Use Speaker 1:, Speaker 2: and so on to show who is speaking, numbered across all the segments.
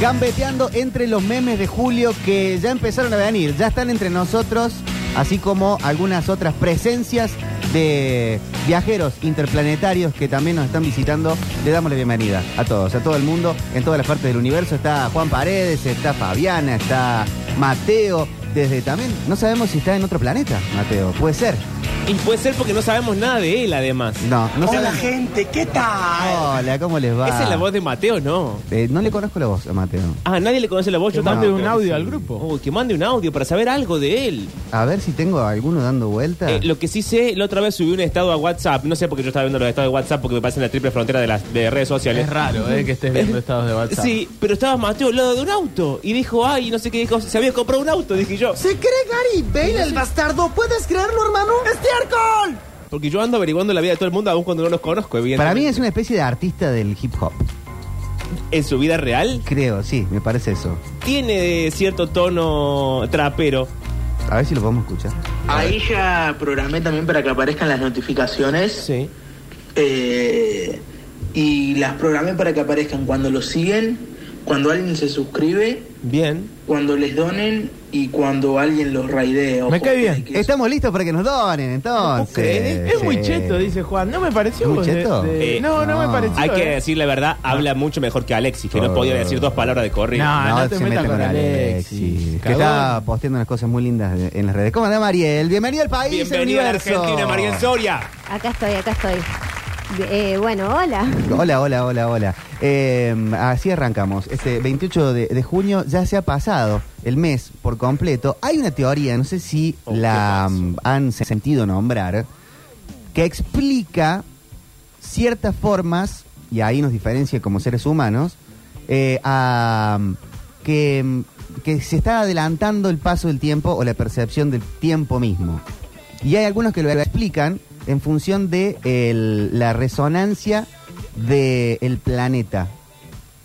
Speaker 1: gambeteando entre los memes de julio que ya empezaron a venir, ya están entre nosotros, así como algunas otras presencias de viajeros interplanetarios que también nos están visitando. Le damos la bienvenida a todos, a todo el mundo, en todas las partes del universo. Está Juan Paredes, está Fabiana, está Mateo, desde también, no sabemos si está en otro planeta, Mateo, puede ser.
Speaker 2: Y puede ser porque no sabemos nada de él, además.
Speaker 1: No, no
Speaker 3: Hola
Speaker 1: sabemos.
Speaker 3: gente, ¿qué tal?
Speaker 1: Hola, ¿cómo les
Speaker 4: Ah.
Speaker 1: va?
Speaker 2: ¿Esa es la voz de Mateo, no?
Speaker 1: Eh, no le conozco la voz a Mateo.
Speaker 2: Ah, nadie le conoce la voz,
Speaker 4: Que
Speaker 2: yo
Speaker 4: mande
Speaker 2: tampoco.
Speaker 4: un
Speaker 2: Claro que
Speaker 4: audio
Speaker 2: sí.
Speaker 4: al grupo.
Speaker 2: Uy, que mande un audio para saber algo de él.
Speaker 1: A ver si tengo alguno dando
Speaker 4: Ah.
Speaker 1: vuelta.
Speaker 2: Eh, lo que sí sé, la otra vez subí un estado a WhatsApp. No sé por qué yo estaba viendo los estados de WhatsApp porque me parecen la triple frontera de las de redes sociales.
Speaker 4: Es raro, eh, que estés viendo estados de WhatsApp.
Speaker 2: Sí, pero estaba Mateo al lado de un auto y dijo, ay, no sé qué dijo, se había comprado un auto, dije yo.
Speaker 5: ¿Se cree Gary Bale el bastardo? ¿Puedes creerlo, hermano? ¡Estiércol!
Speaker 2: Porque yo ando averiguando la vida de todo el mundo, aún cuando no los conozco,
Speaker 1: Para mí
Speaker 2: evidentemente.
Speaker 1: es una especie de artista del hip hop.
Speaker 2: En su vida real,
Speaker 1: Creo, sí, me parece eso.
Speaker 2: tiene cierto tono trapero.
Speaker 1: A ver si lo podemos escuchar.
Speaker 6: Ahí ya programé también para que aparezcan las notificaciones.
Speaker 2: Sí.
Speaker 6: Eh, y las programé para que aparezcan cuando lo siguen, cuando alguien se suscribe,
Speaker 2: Bien.
Speaker 6: cuando les donen y cuando alguien los raidee. Ojo,
Speaker 4: Me cae bien.
Speaker 6: que eso-
Speaker 1: Estamos listos para que nos donen,
Speaker 4: ¿Vos
Speaker 1: entonces.
Speaker 4: crees? Es muy
Speaker 1: Sí.
Speaker 4: cheto, dice Juan. No me pareció.
Speaker 1: ¿Es muy
Speaker 4: de-
Speaker 1: cheto?
Speaker 4: de-
Speaker 2: Eh,
Speaker 4: no, no,
Speaker 1: no.
Speaker 4: me pareció.
Speaker 2: Hay que
Speaker 4: eh.
Speaker 2: decir la verdad, habla mucho mejor que Alexis, que no podía decir dos palabras de corrido.
Speaker 4: No. Ah,
Speaker 1: No,
Speaker 4: te
Speaker 1: se
Speaker 4: metas
Speaker 1: meta con
Speaker 4: con
Speaker 1: Alexis.
Speaker 4: Alexis,
Speaker 1: Que está posteando unas cosas muy lindas de- en las redes. ¿Cómo anda Mariel? Bienvenido al país,
Speaker 2: Bienvenida a la
Speaker 1: al universo.
Speaker 2: Argentina, María Soria.
Speaker 7: Acá estoy, acá estoy. Eh, bueno, hola.
Speaker 1: Hola, hola, hola, hola. Eh, así arrancamos. Este 28 de, de junio ya se ha pasado el mes por completo. Hay una teoría, no sé si
Speaker 2: Oh,
Speaker 1: la
Speaker 2: ¿qué pasó?
Speaker 1: mm, han se- sentido nombrar, que explica ciertas formas, y ahí nos diferencia como seres humanos, eh, a, mm, que, mm, que se está adelantando el paso del tiempo o la percepción del tiempo mismo. Y hay algunos que lo explican en función de el- la resonancia del planeta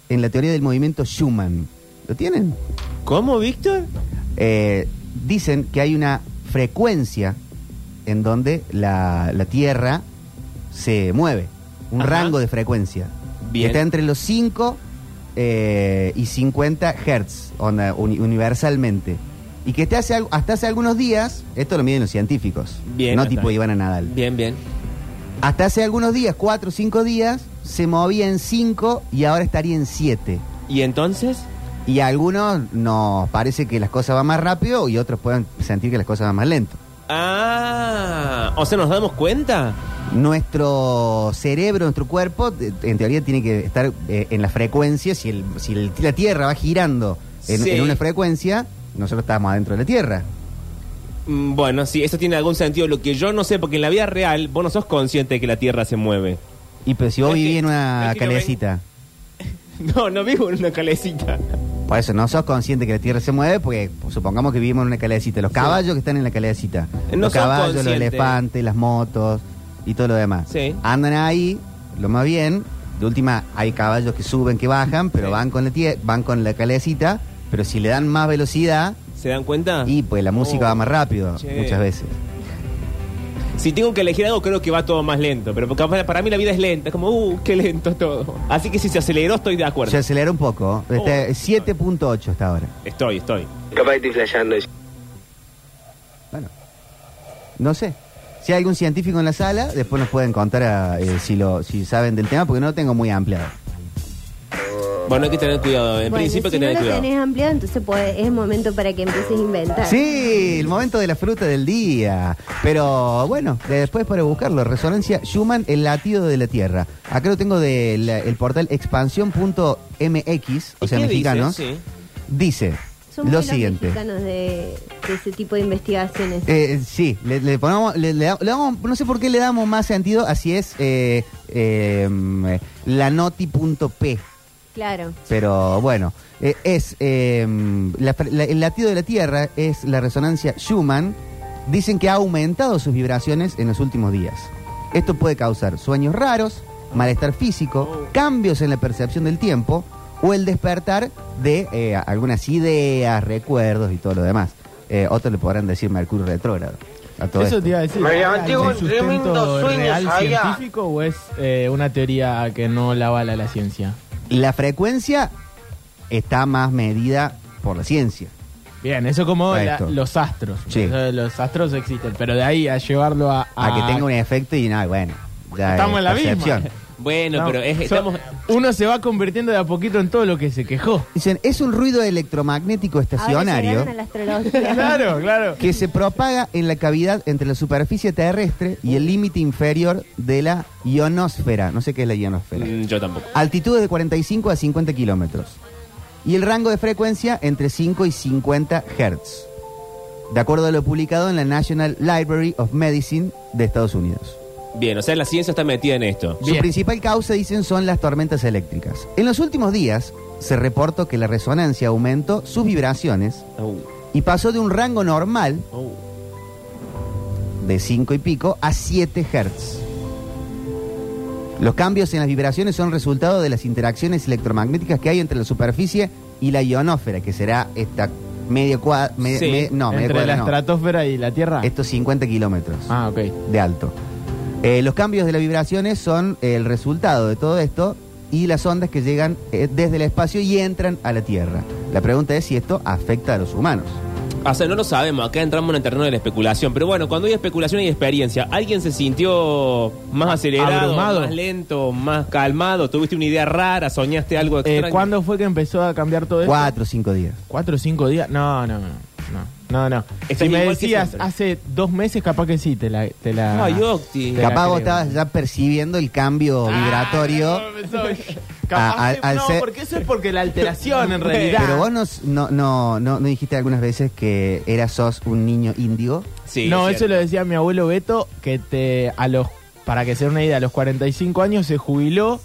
Speaker 1: en la teoría del movimiento Schumann. ¿Lo tienen?
Speaker 2: ¿Cómo, Víctor?
Speaker 1: Eh, dicen que hay una frecuencia en donde la, la Tierra se mueve, un
Speaker 2: Ajá.
Speaker 1: rango de frecuencia.
Speaker 2: Bien.
Speaker 1: Está entre los 5 eh, y 50 Hz, onda, uni- universalmente. Y que te hace, al- hasta hace algunos días, esto lo miden los científicos,
Speaker 2: Bien,
Speaker 1: no
Speaker 2: hasta
Speaker 1: tipo
Speaker 2: ahí.
Speaker 1: Ivana Nadal.
Speaker 2: Bien, bien.
Speaker 1: Hasta hace algunos días, 4 o 5 días, se movía en 5 y ahora estaría en 7.
Speaker 2: ¿Y entonces?
Speaker 1: Y a algunos nos parece que las cosas van más rápido y otros pueden sentir que las cosas van más lento.
Speaker 2: Ah, o sea, ¿nos damos cuenta?
Speaker 1: Nuestro cerebro, nuestro cuerpo, eh, en teoría tiene que estar eh, en la frecuencia. Si, el- si el- la Tierra va girando en,
Speaker 2: Sí.
Speaker 1: en una frecuencia, nosotros estamos adentro de la Tierra.
Speaker 2: Mm, Bueno, sí, eso tiene algún sentido. Lo que yo no sé, porque en la vida real vos no sos consciente de que la Tierra se mueve.
Speaker 1: Y pero si vos
Speaker 2: Es que-
Speaker 1: vivís en una
Speaker 2: es que no ven-
Speaker 1: calecita,
Speaker 2: No, no vivo en una calecita.
Speaker 1: por eso no sos consciente que la Tierra se mueve, porque pues, supongamos que vivimos en una calecita. Los caballos que están en la calecita,
Speaker 2: Eh, No
Speaker 1: los
Speaker 2: sos
Speaker 1: caballos, los
Speaker 2: consciente.
Speaker 1: elefantes, las motos y todo lo demás.
Speaker 2: Sí.
Speaker 1: Andan ahí, lo más bien. De última, hay caballos que suben, que bajan, pero
Speaker 2: Sí.
Speaker 1: van con la tie- van con la calecita. Pero si le dan más velocidad,
Speaker 2: ¿Se dan cuenta?
Speaker 1: Y pues la música
Speaker 2: Oh,
Speaker 1: va más rápido
Speaker 2: che.
Speaker 1: muchas veces.
Speaker 2: Si tengo que elegir algo, creo que va todo más lento. Pero porque para para mí la vida es lenta. Es como, uh, qué lento todo. Así que si se aceleró, estoy de acuerdo.
Speaker 1: Se acelera un poco. este, Está-
Speaker 2: Oh.
Speaker 1: 7.8 hasta ahora.
Speaker 2: Estoy, estoy.
Speaker 3: Capaz estoy flasheando.
Speaker 1: Bueno, no sé. Si hay algún científico en la sala, después nos pueden contar a, eh, si lo si saben del tema, porque no lo tengo muy ampliado.
Speaker 2: Bueno, hay que tener cuidado. En
Speaker 7: Bueno,
Speaker 2: principio hay que
Speaker 7: si no
Speaker 2: tener
Speaker 7: lo
Speaker 2: cuidado.
Speaker 7: tenés ampliado, entonces puede- es momento para que empieces a inventar.
Speaker 1: Sí, el momento de la fruta del día. Pero bueno, de- después para buscarlo. Resonancia Schumann, el latido de la Tierra. Acá lo tengo del el portal expansión.mx, o
Speaker 2: ¿Y
Speaker 1: sea,
Speaker 2: qué dice?
Speaker 1: mexicanos.
Speaker 2: Sí.
Speaker 1: Dice
Speaker 7: Son muy
Speaker 1: lo
Speaker 7: los
Speaker 1: siguiente.
Speaker 7: mexicanos de, de ese tipo de investigaciones.
Speaker 1: Eh, sí, le, le ponemos, le- le da- le damos- no sé por qué le damos más sentido, así es, eh, eh, mm, eh, lanoti.p,
Speaker 7: Claro.
Speaker 1: pero bueno, eh, es eh, mm, la fre- la- el latido de la Tierra, es la resonancia Schumann, dicen que ha aumentado sus vibraciones en los últimos días. Esto puede causar sueños raros, malestar físico, cambios en la percepción del tiempo o el despertar de eh, algunas ideas, recuerdos y todo lo demás. Eh, otros le podrán decir Mercurio retrógrado. a todo
Speaker 4: Eso
Speaker 1: esto.
Speaker 4: te iba a decir.
Speaker 3: Me levanté
Speaker 4: ¿Hay
Speaker 3: con
Speaker 4: algún sustento
Speaker 3: tremendo sueño,
Speaker 4: real
Speaker 3: sabía.
Speaker 4: científico o es eh, una teoría que no la avala la ciencia?
Speaker 1: La frecuencia está más medida por la ciencia.
Speaker 4: Bien, eso como la-
Speaker 1: Correcto.
Speaker 4: los astros.
Speaker 1: Sí.
Speaker 4: Eso de los astros existen, pero de ahí a llevarlo a...
Speaker 1: A que tenga un efecto y nada, bueno. ya
Speaker 4: Ah. Estamos
Speaker 1: es
Speaker 4: en la misma.
Speaker 1: percepción.
Speaker 2: Bueno,
Speaker 4: No,
Speaker 2: pero es-
Speaker 4: so-
Speaker 2: estamos.
Speaker 4: Uno se va convirtiendo de a poquito en todo lo que se quejó.
Speaker 1: Dicen, es un ruido electromagnético estacionario
Speaker 7: Ahora llegaron a la astrología.
Speaker 4: Claro, claro.
Speaker 1: que se propaga en la cavidad entre la superficie terrestre y el límite inferior de la ionosfera. No sé qué es la ionosfera.
Speaker 2: Mm, Yo tampoco.
Speaker 1: Altitudes de 45 a 50 kilómetros. Y el rango de frecuencia entre 5 y 50 Hz. De acuerdo a lo publicado en la National Library of Medicine de Estados Unidos.
Speaker 2: Bien, o sea, la ciencia está metida en esto.
Speaker 1: Su principal causa, dicen, son las tormentas eléctricas. En los últimos días se reportó que la resonancia aumentó sus vibraciones
Speaker 2: Uh,
Speaker 1: y pasó de un rango normal
Speaker 2: uh.
Speaker 1: de 5 y pico a 7 Hz. Los cambios en las vibraciones son resultado de las interacciones electromagnéticas que hay entre la superficie y la ionósfera, que será esta media cuadra...
Speaker 2: Sí,
Speaker 1: no, media
Speaker 4: Entre la
Speaker 1: cuadra no.
Speaker 4: estratosfera y la Tierra.
Speaker 1: Estos 50 kilómetros
Speaker 4: Ah, ok.
Speaker 1: de alto. Eh, los cambios de las vibraciones son el resultado de todo esto y las ondas que llegan eh, desde el espacio y entran a la Tierra. La pregunta es si esto afecta a los humanos.
Speaker 2: O sea, no lo sabemos, acá entramos en el terreno de la especulación. Pero bueno, cuando hay especulación hay experiencia. ¿Alguien se sintió más acelerado,
Speaker 4: Abrumado.
Speaker 2: más lento, más calmado? ¿Tuviste una idea rara? ¿Soñaste algo
Speaker 4: Eh,
Speaker 2: extraño?
Speaker 4: ¿Cuándo fue que empezó a cambiar todo esto?
Speaker 1: Cuatro o cinco días.
Speaker 4: ¿Cuatro o cinco días? No, no, no. No, no. no.
Speaker 2: Estás
Speaker 4: Si me
Speaker 2: igual que
Speaker 4: decías
Speaker 2: siempre.
Speaker 4: hace dos meses, capaz que sí, te la. Te la
Speaker 2: Ay, Octi.
Speaker 4: te la
Speaker 1: Capaz vos
Speaker 4: creo. Ah,
Speaker 1: estabas ya percibiendo el cambio vibratorio.
Speaker 4: Capaz
Speaker 1: A- al-
Speaker 4: que-
Speaker 1: al
Speaker 4: no,
Speaker 1: ser-
Speaker 4: porque eso es porque la alteración en realidad.
Speaker 1: Pero vos nos- no, no, no, no dijiste algunas veces que eras sos un niño índigo.
Speaker 2: Sí,
Speaker 4: no,
Speaker 2: es
Speaker 4: eso
Speaker 2: cierto.
Speaker 4: lo decía mi abuelo Beto, que te a los para que se den una idea, a los 45 años se jubiló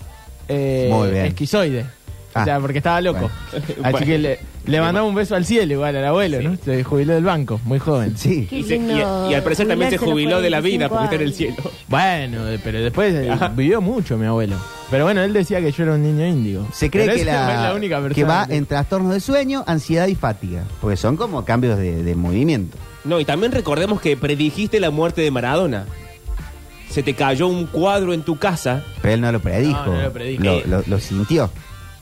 Speaker 4: eh,
Speaker 1: Muy bien.
Speaker 4: esquizoide.
Speaker 1: Ah.
Speaker 4: O sea, porque estaba loco. Así
Speaker 2: Bueno.
Speaker 4: que le, le mandaba un beso al cielo igual al abuelo, ¿no? Se jubiló del banco, muy joven.
Speaker 1: Sí.
Speaker 7: Qué
Speaker 2: Y, se- y-
Speaker 7: lindo
Speaker 2: y al parecer también se
Speaker 7: jubilarse a los
Speaker 2: jubiló de la vida
Speaker 7: 45
Speaker 2: porque está en el
Speaker 7: años.
Speaker 2: cielo.
Speaker 4: Bueno, eh, pero después eh, vivió mucho mi abuelo. Pero bueno, él decía que yo era un niño índigo.
Speaker 1: Se cree
Speaker 4: Pero
Speaker 1: que,
Speaker 4: esa no es
Speaker 1: la,
Speaker 4: la única persona
Speaker 1: que va
Speaker 4: que-
Speaker 1: en trastornos de sueño, ansiedad y fatiga. Porque son como cambios de, de movimiento.
Speaker 2: No, y también recordemos que predijiste la muerte de Maradona. Se te cayó un cuadro en tu casa.
Speaker 1: Pero él no lo predijo.
Speaker 4: No, no lo predijo.
Speaker 1: lo- lo sintió.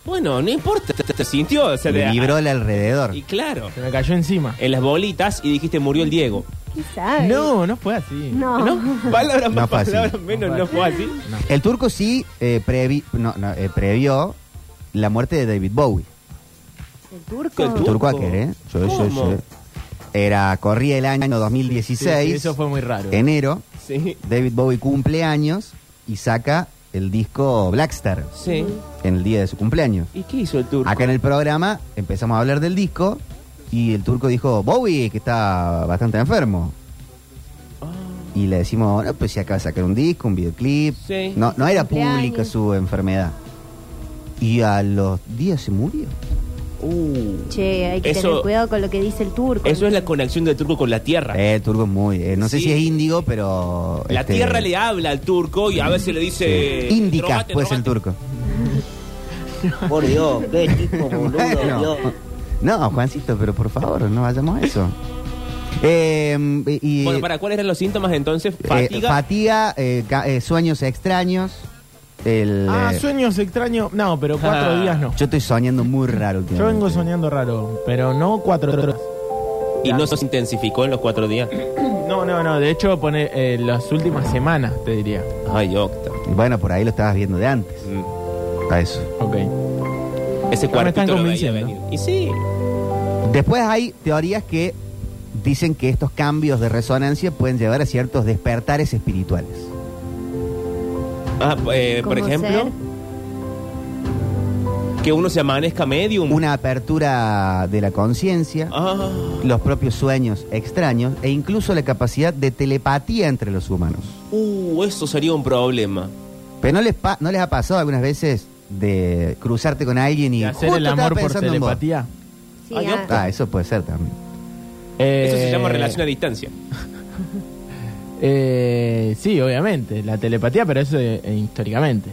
Speaker 2: Bueno, no importa, te, te sintió. o sea,
Speaker 1: Le
Speaker 2: de-
Speaker 1: libró
Speaker 4: ah,
Speaker 1: el alrededor.
Speaker 2: Y claro,
Speaker 4: se me cayó encima.
Speaker 2: en las bolitas y dijiste murió el Diego.
Speaker 7: ¿Quién sabe?
Speaker 4: No, no fue así.
Speaker 7: No.
Speaker 2: ¿No? Palabras
Speaker 1: No
Speaker 2: más,
Speaker 1: fue así.
Speaker 2: palabras menos,
Speaker 4: No
Speaker 2: no fue
Speaker 4: fue
Speaker 2: así.
Speaker 1: El turco sí eh, previ- no, no, eh, previó la muerte de David Bowie.
Speaker 7: ¿El turco?
Speaker 2: El
Speaker 1: El turco aquel, ¿eh? Yo- yo-
Speaker 2: ¿Cómo?
Speaker 1: yo- Era, corría el año
Speaker 4: Sí, sí,
Speaker 1: 2016,
Speaker 4: eso fue muy raro.
Speaker 1: enero.
Speaker 2: Sí,
Speaker 1: David Bowie cumple años y saca el disco Blackstar
Speaker 2: sí.
Speaker 1: en el día de su cumpleaños.
Speaker 2: ¿Y qué hizo el turco?
Speaker 1: Acá en el programa empezamos a hablar del disco y el turco dijo, Bowie, que está bastante enfermo.
Speaker 2: Ah.
Speaker 1: Y le decimos, no, pues si acaba de sacar un disco, un videoclip.
Speaker 2: Sí.
Speaker 1: No, no era
Speaker 7: Cumpleaños.
Speaker 1: pública su enfermedad. Y a los días se murió.
Speaker 2: Uh,
Speaker 7: Che, hay que
Speaker 2: Eso-
Speaker 7: tener cuidado con lo que dice el turco.
Speaker 2: eso es la conexión del turco con la tierra.
Speaker 1: Eh, el turco es muy... eh, no sé
Speaker 2: Sí.
Speaker 1: si es índigo, pero...
Speaker 2: la
Speaker 1: este,
Speaker 2: tierra le habla al turco y a veces le dice. eh,
Speaker 1: Índica,
Speaker 2: "Drogate,
Speaker 1: puede ser pues, el
Speaker 2: drogate".
Speaker 1: turco.
Speaker 3: Por Dios, qué tipo boludo,
Speaker 1: Bueno.
Speaker 3: Dios.
Speaker 1: No, Juancito, pero por favor, no vayamos a eso. Eh, y,
Speaker 2: Bueno, para cuáles eran los síntomas entonces?
Speaker 1: eh,
Speaker 2: Fatiga.
Speaker 1: fatiga, eh, ca- eh, sueños extraños. el,
Speaker 4: Ah,
Speaker 1: eh,
Speaker 4: sueños extraños. No, pero cuatro
Speaker 2: Ah.
Speaker 4: días no.
Speaker 1: Yo estoy soñando muy raro
Speaker 4: Yo
Speaker 1: últimamente.
Speaker 4: vengo soñando raro, pero no cuatro horas.
Speaker 2: y no se intensificó en los cuatro días.
Speaker 4: No, no, no. De hecho, pone eh, las últimas semanas, te diría.
Speaker 2: Ay, Octa.
Speaker 1: Y Bueno, por ahí lo estabas viendo de antes.
Speaker 2: Mm.
Speaker 1: A eso.
Speaker 4: Ok.
Speaker 2: Ese
Speaker 4: Ya me
Speaker 2: cuartito
Speaker 4: están
Speaker 2: lo veía
Speaker 4: convenciendo.
Speaker 2: venir. Y sí.
Speaker 1: Después hay teorías que dicen que estos cambios de resonancia pueden llevar a ciertos despertares espirituales.
Speaker 2: Ah, eh, por
Speaker 7: ¿Cómo
Speaker 2: ejemplo, que uno se amanezca medium.
Speaker 1: Una apertura de la conciencia,
Speaker 2: Ah,
Speaker 1: los propios sueños extraños e incluso la capacidad de telepatía entre los humanos.
Speaker 2: uh, eso sería un problema.
Speaker 1: Pero no les, pa- no les ha pasado algunas veces de cruzarte con alguien y
Speaker 4: Y hacer
Speaker 1: justo
Speaker 4: el
Speaker 1: estaba
Speaker 4: amor por
Speaker 1: pensando en vos.
Speaker 4: telepatía.
Speaker 7: Sí,
Speaker 2: Ay,
Speaker 7: ah,
Speaker 1: Ah, eso puede ser también.
Speaker 2: Eso se
Speaker 4: Eh,
Speaker 2: llama relación a distancia.
Speaker 4: eh, sí, obviamente. La telepatía, pero eso eh, eh, históricamente.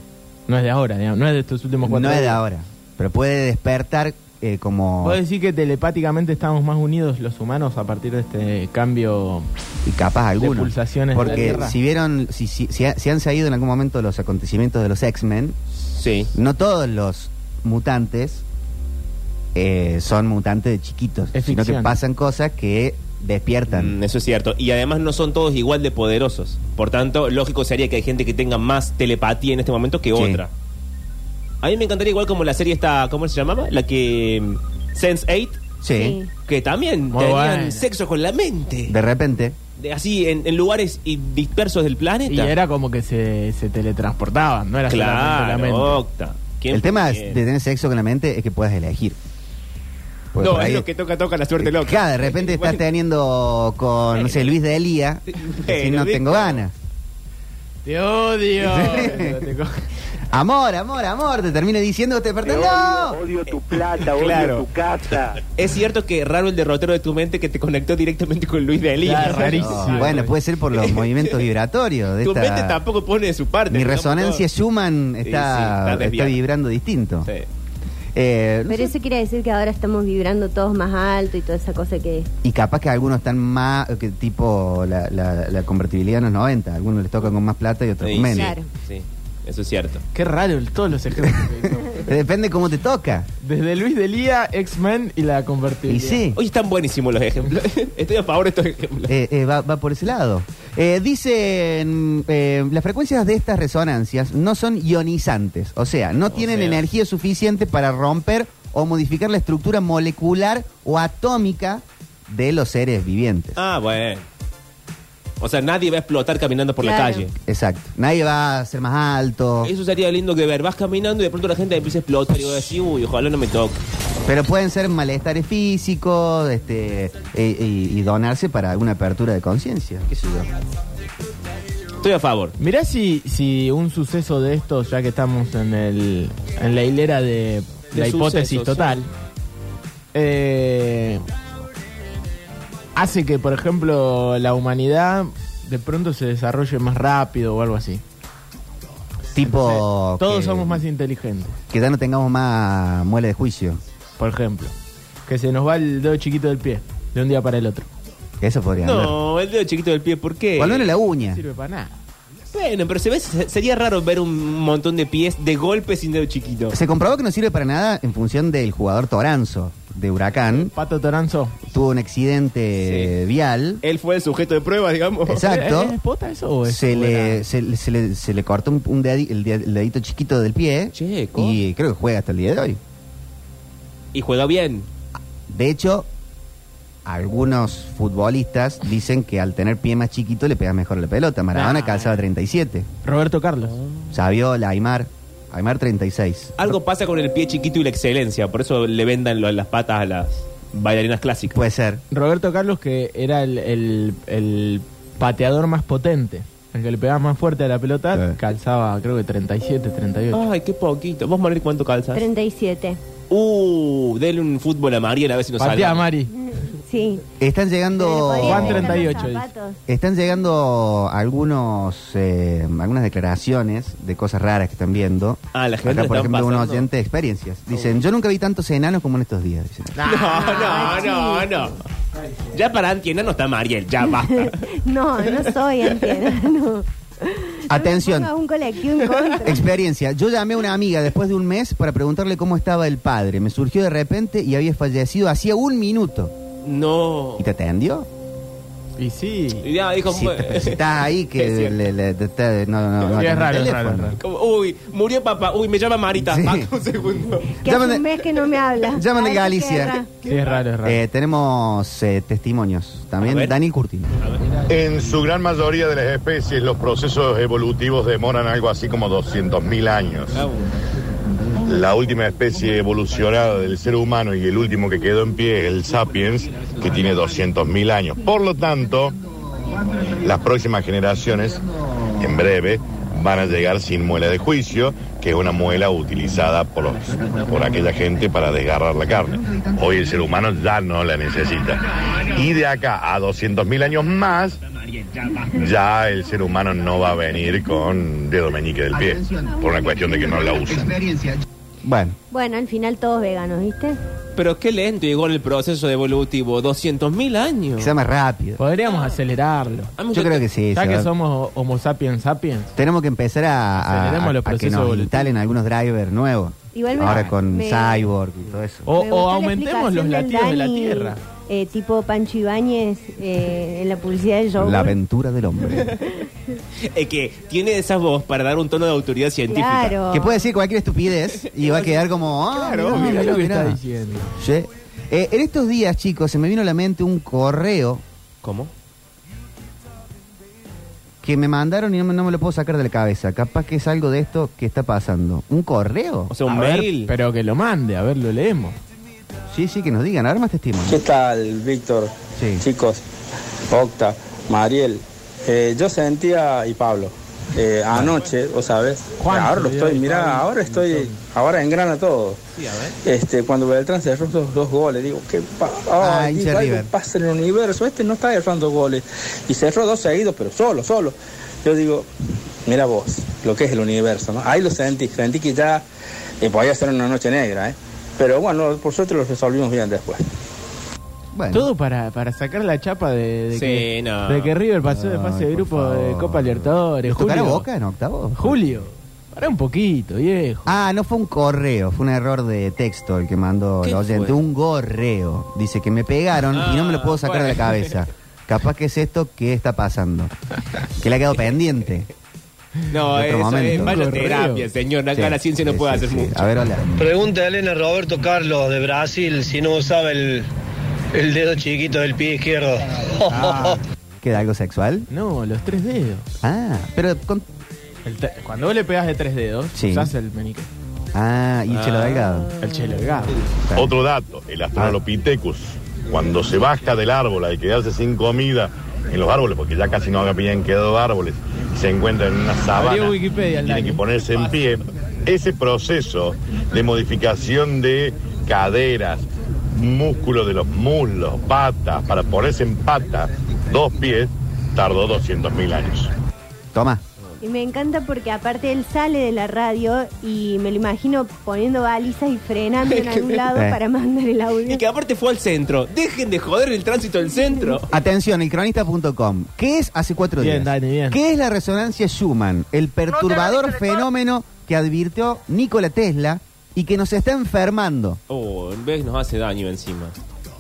Speaker 4: No es de ahora, digamos, no es de estos últimos cuatro
Speaker 1: No es de
Speaker 4: días.
Speaker 1: ahora, pero puede despertar eh, como
Speaker 4: ¿Puedo decir que telepáticamente estamos más unidos los humanos a partir de este cambio?
Speaker 1: y capaz algunos.
Speaker 4: pulsaciones de la
Speaker 1: Porque
Speaker 4: Tierra.
Speaker 1: si vieron, si, si, si ha- si han seguido en algún momento los acontecimientos de los X-Men,
Speaker 2: Sí.
Speaker 1: no todos los mutantes eh, son mutantes de chiquitos,
Speaker 4: Es
Speaker 1: sino que
Speaker 4: ficción.
Speaker 1: pasan cosas que despiertan.
Speaker 2: Mm, eso es cierto. Y además no son todos igual de poderosos. Por tanto, lógico sería que hay gente que tenga más telepatía en este momento que
Speaker 1: Sí.
Speaker 2: otra. A mí me encantaría igual como la serie esta, ¿cómo se llamaba? La que mm, Sense 8,
Speaker 1: Sí,
Speaker 2: que también
Speaker 4: Muy
Speaker 2: tenían
Speaker 4: buena.
Speaker 2: sexo con la mente.
Speaker 1: de repente.
Speaker 2: De- así, en, en lugares y- dispersos del planeta.
Speaker 4: Y era como que se, se teletransportaban, no era solamente la
Speaker 2: claro,
Speaker 4: mente.
Speaker 2: Octa. ¿Quién
Speaker 1: El tema es
Speaker 2: quiere?
Speaker 1: de tener sexo con la mente es que puedas elegir. Porque
Speaker 2: No,
Speaker 1: por
Speaker 2: es
Speaker 1: ahí- Eh,
Speaker 2: lo que toca, toca la suerte loca.
Speaker 1: Claro, de repente estás
Speaker 2: Bueno,
Speaker 1: teniendo con, no sé, Luis de Elía,
Speaker 2: Sí,
Speaker 1: si
Speaker 2: bueno,
Speaker 1: no
Speaker 2: Víctor.
Speaker 1: tengo ganas.
Speaker 4: Te odio.
Speaker 1: Sí.
Speaker 4: Pero te co-
Speaker 1: Amor, amor, amor, te termine diciendo, te despertás. ¡No!
Speaker 5: tu plata,
Speaker 2: odio Claro.
Speaker 5: tu casa.
Speaker 2: Es cierto que raro el derrotero de tu mente que te conectó directamente con Luis de Lima.
Speaker 4: Claro, rarísimo.
Speaker 1: No, bueno, puede ser por los movimientos vibratorios. De
Speaker 2: Tu
Speaker 1: esta-
Speaker 2: mente tampoco pone de su parte.
Speaker 1: Mi
Speaker 2: digamos,
Speaker 1: resonancia
Speaker 2: todo.
Speaker 1: Schumann
Speaker 2: Sí, sí,
Speaker 1: está,
Speaker 2: está
Speaker 1: está
Speaker 2: desviada.
Speaker 1: vibrando distinto.
Speaker 2: Sí.
Speaker 1: Eh, no
Speaker 7: Pero
Speaker 1: sé,
Speaker 7: eso quiere decir que ahora estamos vibrando todos más alto y toda esa cosa que...
Speaker 1: Y capaz que algunos están más, que tipo la, la- la convertibilidad en los 90. Algunos les toca con más plata y otros
Speaker 2: Sí,
Speaker 1: con menos.
Speaker 7: Claro.
Speaker 2: sí, eso es cierto.
Speaker 4: Qué raro el- todos los ejemplos. que hizo.
Speaker 1: Depende cómo te toca.
Speaker 4: Desde Luis Delía, X-Men y la convertibilidad.
Speaker 1: Y sí.
Speaker 2: Hoy están buenísimos los ejemplos. Estoy a favor de estos ejemplos.
Speaker 1: Eh, eh, va, va por ese lado. Eh, dicen, eh, las frecuencias de estas resonancias no son ionizantes, o sea, no tienen
Speaker 2: sea.
Speaker 1: energía suficiente para romper o modificar la estructura molecular o atómica de los seres vivientes.
Speaker 2: Ah, bueno. O sea, nadie va a explotar caminando por la
Speaker 7: Claro.
Speaker 2: calle.
Speaker 1: Exacto. Nadie va a ser más alto,
Speaker 2: Eso sería lindo que ver. Vas caminando y de pronto la gente empieza a explotar. Y vos decís, uy, ojalá no me toque.
Speaker 1: pero pueden ser malestares físicos este, y, y- y donarse para alguna apertura de conciencia. qué sé yo.
Speaker 2: Estoy a favor.
Speaker 4: Mirá si, si un suceso de estos, ya que estamos en, el, en la hilera de,
Speaker 2: De
Speaker 4: la hipótesis
Speaker 2: sucesos,
Speaker 4: total, eh, hace que, por ejemplo, la humanidad de pronto se desarrolle más rápido o algo así.
Speaker 1: Tipo...
Speaker 4: Todos
Speaker 1: que-
Speaker 4: somos más inteligentes,
Speaker 1: Que ya no tengamos más muela de juicio.
Speaker 4: por ejemplo. Que se nos va el dedo chiquito del pie, de un día para el otro.
Speaker 1: Eso podría andar.
Speaker 2: No, eh, el dedo chiquito del pie, ¿por qué?
Speaker 1: O al menos la uña.
Speaker 4: No sirve para nada.
Speaker 2: Bueno, pero se ve, se- sería raro ver un montón de pies de golpe sin dedo chiquito.
Speaker 1: Se comprobó que no sirve para nada en función del jugador Toranzo de Huracán.
Speaker 4: Pato Toranzo.
Speaker 1: Tuvo un accidente vial.
Speaker 2: Él fue el sujeto de prueba, digamos.
Speaker 1: Exacto.
Speaker 4: ¿Es, es pota eso o es
Speaker 1: Se le,
Speaker 4: buena?
Speaker 1: se, le- se le- se le cortó un, un dedi- el, ded- el dedito chiquito del pie.
Speaker 2: Che, ¿cómo?
Speaker 1: y creo que juega hasta el día de hoy.
Speaker 2: Y juega bien.
Speaker 1: De hecho, algunos futbolistas dicen que al tener pie más chiquito le pega mejor a la pelota. Maradona
Speaker 4: Ah.
Speaker 1: calzaba 37.
Speaker 4: Roberto Carlos.
Speaker 1: Saviola, Aymar. Aymar 36.
Speaker 2: Algo pasa con el pie chiquito y la excelencia, por eso le vendan lo- las patas a las bailarinas clásicas.
Speaker 1: Puede ser.
Speaker 4: Roberto Carlos, que era el, el- el pateador más potente, el que le pegaba más fuerte a la pelota,
Speaker 1: Sí.
Speaker 4: calzaba creo que 37, 38.
Speaker 2: Ay, qué poquito. ¿Vos, Manuel, cuánto calzas?
Speaker 7: 37.
Speaker 2: Uh, dele un fútbol a Mariela a ver si nos
Speaker 4: Patea,
Speaker 2: sale.
Speaker 4: Mari.
Speaker 7: Sí.
Speaker 1: Están llegando.
Speaker 7: Pero le
Speaker 4: Juan
Speaker 7: podrían poner
Speaker 4: 38
Speaker 7: los
Speaker 4: dice.
Speaker 7: zapatos.
Speaker 1: Están llegando algunos eh, algunas declaraciones de cosas raras que están viendo.
Speaker 2: Ah, la gente
Speaker 1: Acá, por
Speaker 2: están
Speaker 1: ejemplo, un
Speaker 2: pasando. Oh.
Speaker 1: oyente de experiencias. Dicen, yo nunca vi tantos enanos como en estos días. dicen.
Speaker 2: No, no, no, no. Ya para Antiena no está Mariel, ya basta.
Speaker 7: No, no soy antiana, no.
Speaker 1: Atención.
Speaker 7: No me pongas un colectivo en contra.
Speaker 1: Experiencia. Yo llamé a una amiga después de un mes para preguntarle cómo estaba el padre. Me surgió de repente y había fallecido hacía un minuto.
Speaker 2: No.
Speaker 1: ¿Y te atendió?
Speaker 4: Y sí.
Speaker 2: Y ya dijo,
Speaker 1: Si,
Speaker 2: "Bueno".
Speaker 1: si estás ahí,
Speaker 2: Es
Speaker 1: que
Speaker 2: cierto.
Speaker 1: le- le- te- te- no, no, no,
Speaker 4: Sí,
Speaker 1: atendés
Speaker 4: es raro,
Speaker 1: el
Speaker 4: es raro, es
Speaker 1: teléfono.
Speaker 4: raro.
Speaker 2: Como, uy, murió papá. Uy, me llama Marita.
Speaker 1: Sí.
Speaker 2: Pacta un segundo.
Speaker 7: Que
Speaker 1: Llaman
Speaker 7: hace
Speaker 1: de-
Speaker 7: un mes que no me habla.
Speaker 1: llaman de
Speaker 7: A ver si
Speaker 1: Galicia.
Speaker 7: cierra.
Speaker 4: Sí, es raro, es raro.
Speaker 1: Eh, tenemos eh, testimonios.
Speaker 2: A
Speaker 1: También
Speaker 2: ver.
Speaker 1: Dani Curtin.
Speaker 8: En su gran mayoría de las especies, los procesos evolutivos demoran algo así como 200.000 años. La última especie evolucionada del ser humano y el último que quedó en pie, el sapiens, que tiene 200.000 años. Por lo tanto, las próximas generaciones, en breve, van a llegar sin muela de juicio, que es una muela utilizada por, los- por aquella gente para desgarrar la carne. Hoy el ser humano ya no la necesita. Y de acá a 200.000 años más, ya el ser humano no va a venir con dedo meñique del pie, por una cuestión de que no la usan.
Speaker 1: Bueno,
Speaker 7: Bueno, al final todos veganos, ¿viste?
Speaker 2: Pero qué lento llegó en el proceso evolutivo. 200.000 años.
Speaker 1: quizá más rápido.
Speaker 4: Podríamos acelerarlo.
Speaker 2: A mí Ah, me
Speaker 1: Yo creo que sí.
Speaker 4: Ya
Speaker 1: se
Speaker 4: que
Speaker 1: va-
Speaker 4: somos Homo sapiens sapiens.
Speaker 1: Tenemos que empezar a, a-
Speaker 4: Aceleremos los
Speaker 1: a que
Speaker 4: procesos
Speaker 1: nos
Speaker 4: evolutivos.
Speaker 1: instalen algunos drivers nuevos.
Speaker 7: Igual me-
Speaker 1: Ahora con
Speaker 7: me-
Speaker 1: Cyborg y todo eso.
Speaker 4: O,
Speaker 7: Me
Speaker 4: o
Speaker 7: gustó la
Speaker 4: aumentemos los
Speaker 7: explicación del
Speaker 4: latidos de la
Speaker 7: Dani,
Speaker 4: Tierra.
Speaker 7: eh, tipo Pancho Ibáñez eh, en la publicidad del show.
Speaker 1: La aventura del hombre.
Speaker 2: Es eh, que tiene esa voz para dar un tono de autoridad científica.
Speaker 7: Claro.
Speaker 1: que puede decir cualquier estupidez y va a quedar como... ah, mirá,
Speaker 4: mira
Speaker 1: mirá,
Speaker 4: lo que
Speaker 1: mirá.
Speaker 4: está diciendo.
Speaker 1: Sí. Eh, en estos días, chicos, se me vino a la mente un correo
Speaker 2: ¿Cómo?
Speaker 1: que me mandaron y no me, no me lo puedo sacar de la cabeza. Capaz que es algo de esto que está pasando. ¿Un correo?
Speaker 2: O sea, un
Speaker 4: A ver,
Speaker 2: mail.
Speaker 4: pero que lo mande, a ver, lo leemos.
Speaker 1: Sí, sí, que nos digan. A ver más testimonios.
Speaker 9: ¿Qué tal, Víctor?
Speaker 1: Sí.
Speaker 9: Chicos, Octa, Mariel. Eh, yo sentía, y Pablo, eh, anoche, vos sabés,
Speaker 4: Juan,
Speaker 9: ahora lo
Speaker 4: se
Speaker 9: estoy,
Speaker 4: olvidó, y Pablo,
Speaker 9: mirá, ahora estoy, ahora engrana todo. Este, cuando Beltrán se erró los dos goles, digo, ¿qué pa-
Speaker 1: Ah,
Speaker 9: ay,
Speaker 1: hincha
Speaker 9: digo, algo
Speaker 1: River.
Speaker 9: pasa en el universo? Este no está errando goles. Y se erró dos seguidos, pero solo, solo. Yo digo, mira vos, lo que es el universo, ¿no? Ahí lo sentí, sentí que ya eh, podía ser una noche negra, ¿eh? Pero bueno, por suerte lo resolvimos bien después.
Speaker 1: Bueno,
Speaker 4: Todo para, para sacar la chapa de, de
Speaker 2: Sí,
Speaker 4: que,
Speaker 2: no.
Speaker 4: de que River pasó de fase de
Speaker 1: Ay, por
Speaker 4: grupo de
Speaker 1: favor.
Speaker 4: Copa Libertadores.
Speaker 1: ¿les tocará
Speaker 4: Julio,
Speaker 1: boca en octavo?
Speaker 4: Julio, para un poquito, viejo.
Speaker 1: Ah, no fue un correo, fue un error de texto el que mandó
Speaker 2: ¿Qué
Speaker 1: el oyente.
Speaker 2: fue?
Speaker 1: Un gorreo. Dice que me pegaron y no me lo puedo sacar de la
Speaker 2: Ah, bueno.
Speaker 1: cabeza. Capaz que es esto que está pasando. Que le ha quedado pendiente.
Speaker 2: No,
Speaker 1: otro
Speaker 2: eso
Speaker 1: momento.
Speaker 2: es vaya
Speaker 4: Correo.
Speaker 2: terapia, señor. Acá la ciencia no
Speaker 1: Sí,
Speaker 2: puede
Speaker 1: sí,
Speaker 2: hacer
Speaker 1: sí.
Speaker 2: mucho.
Speaker 1: A ver, hola.
Speaker 10: Pregunta Elena Roberto Carlos de Brasil si no usaba el, el dedo chiquito del pie izquierdo.
Speaker 1: ¿Queda algo sexual?
Speaker 4: No, los tres dedos.
Speaker 1: Ah, pero con...
Speaker 4: El te- cuando vos le pegas de tres dedos,
Speaker 1: Sí.
Speaker 4: usás el meñique.
Speaker 1: Ah, y Chelo Delgado.
Speaker 4: El chelo, el gato.
Speaker 8: Otro dato, el Australopithecus, cuando se baja del árbol al quedarse sin comida en los árboles, porque ya casi no habían quedado árboles, y se encuentra en una sabana,
Speaker 4: Abrió Wikipedia, Dani.
Speaker 8: y tiene que ponerse en pie, ese proceso de modificación de caderas, músculos de los muslos, patas, para ponerse en patas, dos pies, tardó 200.000 años.
Speaker 1: Toma.
Speaker 7: Y me encanta porque aparte él sale de la radio y me lo imagino poniendo balizas y frenando en algún lado
Speaker 1: Eh.
Speaker 7: para mandar el audio.
Speaker 2: Y que aparte fue al centro. Dejen de joder el tránsito del centro.
Speaker 1: Atención, elcronista.com. ¿Qué es hace cuatro
Speaker 4: Bien,
Speaker 1: días?
Speaker 4: Dani, bien.
Speaker 1: ¿Qué es la resonancia Schumann? El perturbador fenómeno que advirtió Nikola Tesla y que nos está enfermando.
Speaker 2: Oh, en vez nos hace daño encima.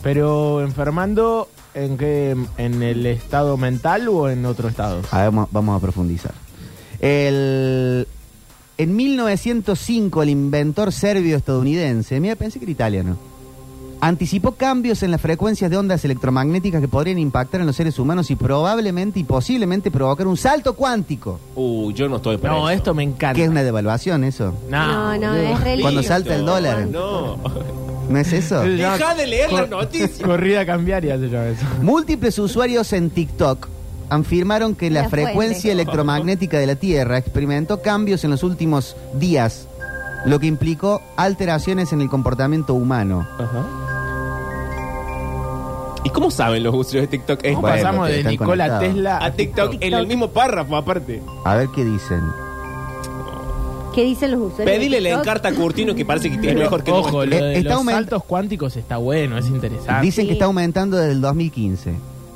Speaker 4: Pero enfermando, ¿en qué? ¿En el estado mental o en otro estado?
Speaker 1: A ver, vamos- vamos a profundizar. El- en 1905, el inventor serbio-estadounidense, mira, pensé que era italiano, anticipó cambios en las frecuencias de ondas electromagnéticas que podrían impactar en los seres humanos y probablemente y posiblemente provocar un salto cuántico.
Speaker 2: Uh, yo no estoy para
Speaker 4: No,
Speaker 2: eso.
Speaker 4: esto me encanta.
Speaker 1: Que es una devaluación eso.
Speaker 7: No, no,
Speaker 4: boludo.
Speaker 7: es re lindo.
Speaker 1: Cuando salta el dólar.
Speaker 2: No.
Speaker 1: ¿No es eso?
Speaker 2: Deja de leer la
Speaker 4: Cor-
Speaker 2: noticia.
Speaker 4: Corrida cambiaria se llama eso.
Speaker 1: Múltiples usuarios en TikTok afirmaron que la,
Speaker 7: La fuente.
Speaker 1: frecuencia electromagnética de la Tierra experimentó cambios en los últimos días, lo que implicó alteraciones en el comportamiento humano.
Speaker 2: ¿Y cómo saben los usuarios de TikTok esto?
Speaker 4: ¿Cómo
Speaker 1: Bueno,
Speaker 4: pasamos
Speaker 1: que
Speaker 4: de
Speaker 1: están
Speaker 4: Nicola
Speaker 1: conectados.
Speaker 4: Tesla
Speaker 2: A TikTok en el mismo párrafo, aparte.
Speaker 1: A ver qué dicen.
Speaker 7: ¿Qué dicen los usuarios? de
Speaker 2: Pedile la
Speaker 7: TikTok?
Speaker 2: encarta a Curtino que parece que tiene mejor que
Speaker 4: Ojo, lo
Speaker 1: Eh,
Speaker 4: de
Speaker 1: está
Speaker 4: los
Speaker 1: aument-
Speaker 4: saltos cuánticos está bueno, es interesante.
Speaker 1: Dicen que
Speaker 7: sí.
Speaker 1: está aumentando desde el 2015.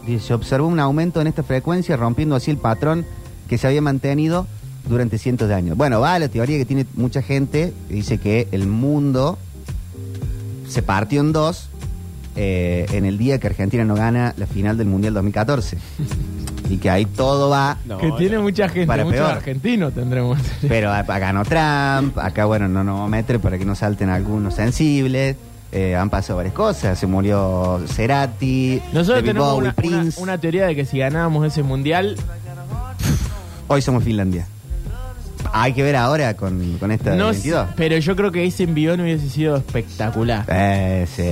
Speaker 1: Dice, Se observó un aumento en esta frecuencia, rompiendo así el patrón que se había mantenido durante cientos de años. Bueno, va la teoría que tiene mucha gente, que dice que el mundo se partió en dos eh, en el día que Argentina no gana la final del Mundial 2014. y que ahí todo va
Speaker 2: No,
Speaker 4: que
Speaker 2: no.
Speaker 4: tiene mucha gente,
Speaker 1: Para
Speaker 4: muchos
Speaker 1: peor.
Speaker 4: argentinos tendremos.
Speaker 1: Pero a- a- ganó Trump, acá bueno, no nos vamos a meter para que no salten algunos sensibles. eh, han pasado varias cosas, se murió Cerati,
Speaker 4: Nosotros
Speaker 1: David
Speaker 4: tenemos
Speaker 1: Bowie,
Speaker 4: una, una-
Speaker 1: Prince.
Speaker 4: una teoría de que si ganábamos ese mundial,
Speaker 1: Hoy somos Finlandia. Hay que ver ahora con, con esta
Speaker 4: no
Speaker 1: del
Speaker 4: s-
Speaker 1: 22.
Speaker 4: pero yo creo que ese envión hubiese sido espectacular.
Speaker 1: Eh, sí,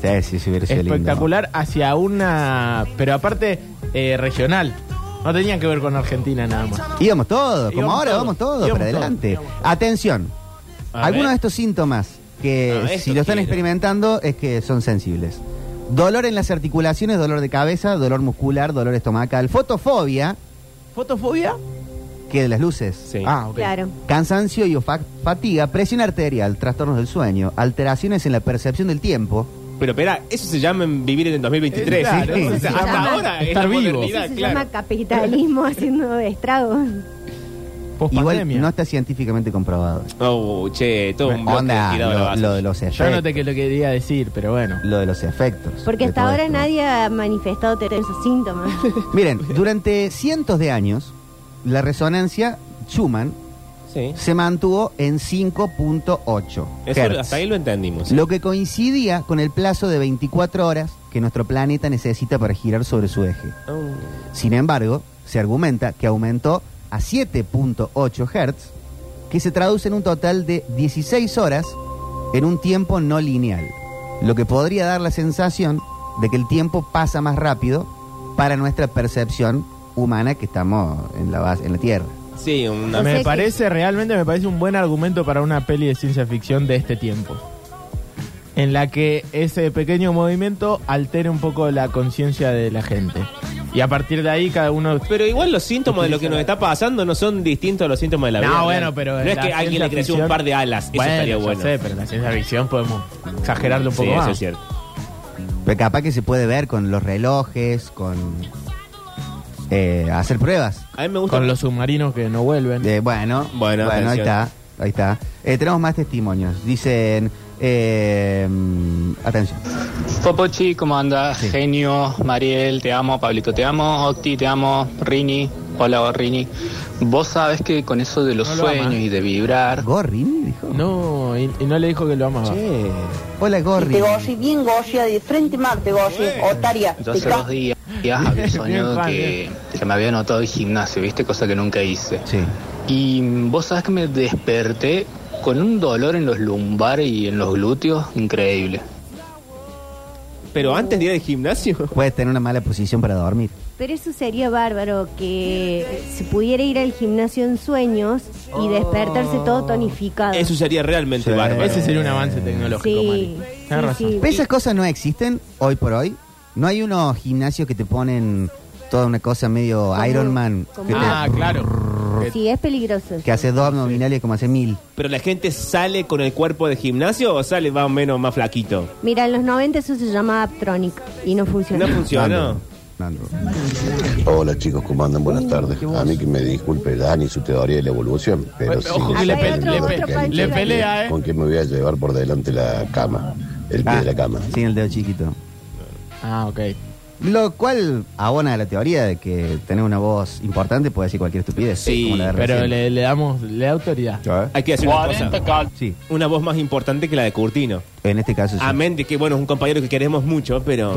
Speaker 1: sí, sí, sí, hubiera sido lindo.
Speaker 4: espectacular hacia una. Pero aparte, eh, regional. No tenían que ver con Argentina nada más.
Speaker 1: Íbamos todos, como
Speaker 4: Íbamos
Speaker 1: ahora
Speaker 4: todos,
Speaker 1: vamos todos,
Speaker 4: íbamos
Speaker 1: para
Speaker 4: todos,
Speaker 1: adelante.
Speaker 4: íbamos.
Speaker 1: Atención,
Speaker 2: A
Speaker 1: algunos
Speaker 2: ver.
Speaker 1: de estos síntomas que
Speaker 2: No, esto
Speaker 1: si lo están
Speaker 2: quiero.
Speaker 1: experimentando es que son sensibles. Dolor en las articulaciones, dolor de cabeza, dolor muscular, dolor estomacal, fotofobia,
Speaker 4: ¿Fotofobia?
Speaker 1: que de las luces.
Speaker 7: Ah, ok. Claro.
Speaker 1: Cansancio y ofa- fatiga, presión arterial, trastornos del sueño, alteraciones en la percepción del tiempo.
Speaker 2: Pero espera, eso se llama vivir en el 2023.
Speaker 1: Eh, claro,
Speaker 2: ¿sí?
Speaker 1: eso
Speaker 2: O sea,
Speaker 1: se
Speaker 2: hasta
Speaker 1: llama
Speaker 2: ahora es
Speaker 1: estar
Speaker 2: la
Speaker 1: vivo.
Speaker 2: modernidad,
Speaker 7: Eso se
Speaker 2: claro.
Speaker 7: llama capitalismo haciendo estragos.
Speaker 1: Igual no está científicamente comprobado.
Speaker 2: Oh, che, todo un bloque
Speaker 1: Onda,
Speaker 2: tirado a la
Speaker 1: lo,
Speaker 2: base.
Speaker 1: lo de los efectos.
Speaker 4: Yo no te que lo quería decir, pero bueno.
Speaker 1: Lo de los efectos.
Speaker 7: Porque
Speaker 1: de
Speaker 7: hasta
Speaker 1: todo
Speaker 7: ahora
Speaker 1: esto.
Speaker 7: nadie ha manifestado tener esos síntomas.
Speaker 1: Miren, durante cientos de años, la resonancia Schumann
Speaker 2: Sí.
Speaker 1: se mantuvo en 5.8
Speaker 2: Eso
Speaker 1: hertz,
Speaker 2: hasta ahí lo entendimos.
Speaker 1: lo que coincidía con el plazo de 24 horas que nuestro planeta necesita para girar sobre su eje.
Speaker 2: Oh.
Speaker 1: Sin embargo, se argumenta que aumentó a 7.8 Hz, que se traduce en un total de 16 horas en un tiempo no lineal, lo que podría dar la sensación de que el tiempo pasa más rápido para nuestra percepción humana que estamos en la, base, en la Tierra.
Speaker 2: Sí, una
Speaker 4: me
Speaker 2: vez.
Speaker 4: parece, realmente me parece un buen argumento para una peli de ciencia ficción de este tiempo. En la que ese pequeño movimiento altere un poco la conciencia de la gente. Y a partir de ahí cada uno...
Speaker 2: Pero igual los síntomas de lo que nos está pasando no son distintos a los síntomas de la
Speaker 4: No,
Speaker 2: vida. real.
Speaker 4: bueno, pero
Speaker 2: No
Speaker 4: en
Speaker 2: es
Speaker 4: la
Speaker 2: que alguien le
Speaker 4: ciencia
Speaker 2: creció un
Speaker 4: ficción-
Speaker 2: par de alas. Eso
Speaker 4: Bueno,
Speaker 2: estaría
Speaker 4: ya
Speaker 2: bueno.
Speaker 4: sé, pero en la ciencia ficción podemos exagerarlo un poco
Speaker 2: Sí,
Speaker 4: más.
Speaker 2: eso es cierto.
Speaker 1: Pero capaz que se puede ver con los relojes, con eh, hacer pruebas.
Speaker 2: A mí me gusta.
Speaker 4: Con los submarinos que no vuelven.
Speaker 1: Eh, bueno,
Speaker 2: Bueno,
Speaker 1: bueno, ahí
Speaker 2: atención.
Speaker 1: está, ahí está. Eh, tenemos más testimonios. Dicen, eh, mm, atención.
Speaker 11: Popochi, ¿cómo anda? Genio, Mariel, te amo, Pablito, te amo, Octi, te amo, Rini, hola Gorrini. Vos sabés que con eso de los
Speaker 4: No lo
Speaker 11: sueños
Speaker 4: ama.
Speaker 11: y de vibrar.
Speaker 1: ¿Gorrini dijo?
Speaker 4: No, y, y no le dijo que lo amaba.
Speaker 1: Hola
Speaker 12: Te goshi, bien goshi, de frente Marte goshi, otaria.
Speaker 11: Yo hace dos días días había soñado
Speaker 12: Bien,
Speaker 11: ah, que, que me había anotado el gimnasio, ¿viste? Cosa que nunca hice.
Speaker 1: Sí.
Speaker 11: Y mm, vos sabés que me desperté con un dolor en los lumbares y en los glúteos increíble.
Speaker 2: Pero antes de ir al gimnasio.
Speaker 1: Puedes tener una mala posición para dormir.
Speaker 7: Pero eso sería bárbaro, que se pudiera ir al gimnasio en sueños y despertarse todo tonificado.
Speaker 2: Eso sería realmente bárbaro.
Speaker 4: Ese sería un avance tecnológico,
Speaker 7: Sí, sí, sí.
Speaker 1: Pero esas cosas no existen hoy por hoy. No hay unos gimnasios que te ponen toda una cosa medio Iron Man.
Speaker 7: como-
Speaker 1: Que, te-
Speaker 4: Ah, claro.
Speaker 7: Sí, es peligroso.
Speaker 1: que hace dos abdominales como hace mil.
Speaker 2: ¿Pero la gente sale con el cuerpo de gimnasio o sale más o menos más flaquito?
Speaker 7: Mira, en los 90 eso se llama Aptronic y no funciona.
Speaker 2: No funciona.
Speaker 13: Hola chicos, ¿cómo andan? Buenas tardes. A mí que me disculpe Dani su teoría de la evolución, pero
Speaker 4: Ojo,
Speaker 13: sí.
Speaker 4: que le pe- le pe- le pelea, ¿eh?
Speaker 13: ¿Con quién me voy a llevar por delante la cama? El
Speaker 1: Ah.
Speaker 13: pie de la cama.
Speaker 1: Sin el dedo chiquito.
Speaker 4: Ah, ok.
Speaker 1: Lo cual abona a la teoría de que tener una voz importante puede decir cualquier estupidez. como la de
Speaker 4: Pero
Speaker 1: recién. ¿Eh?
Speaker 4: le, le damos, le da autoridad.
Speaker 2: Hay que decir una cosa.
Speaker 1: Sí.
Speaker 2: Una voz más importante que la de Curtino.
Speaker 1: En este caso sí.
Speaker 2: Amén de que, bueno, es un compañero que queremos mucho, pero...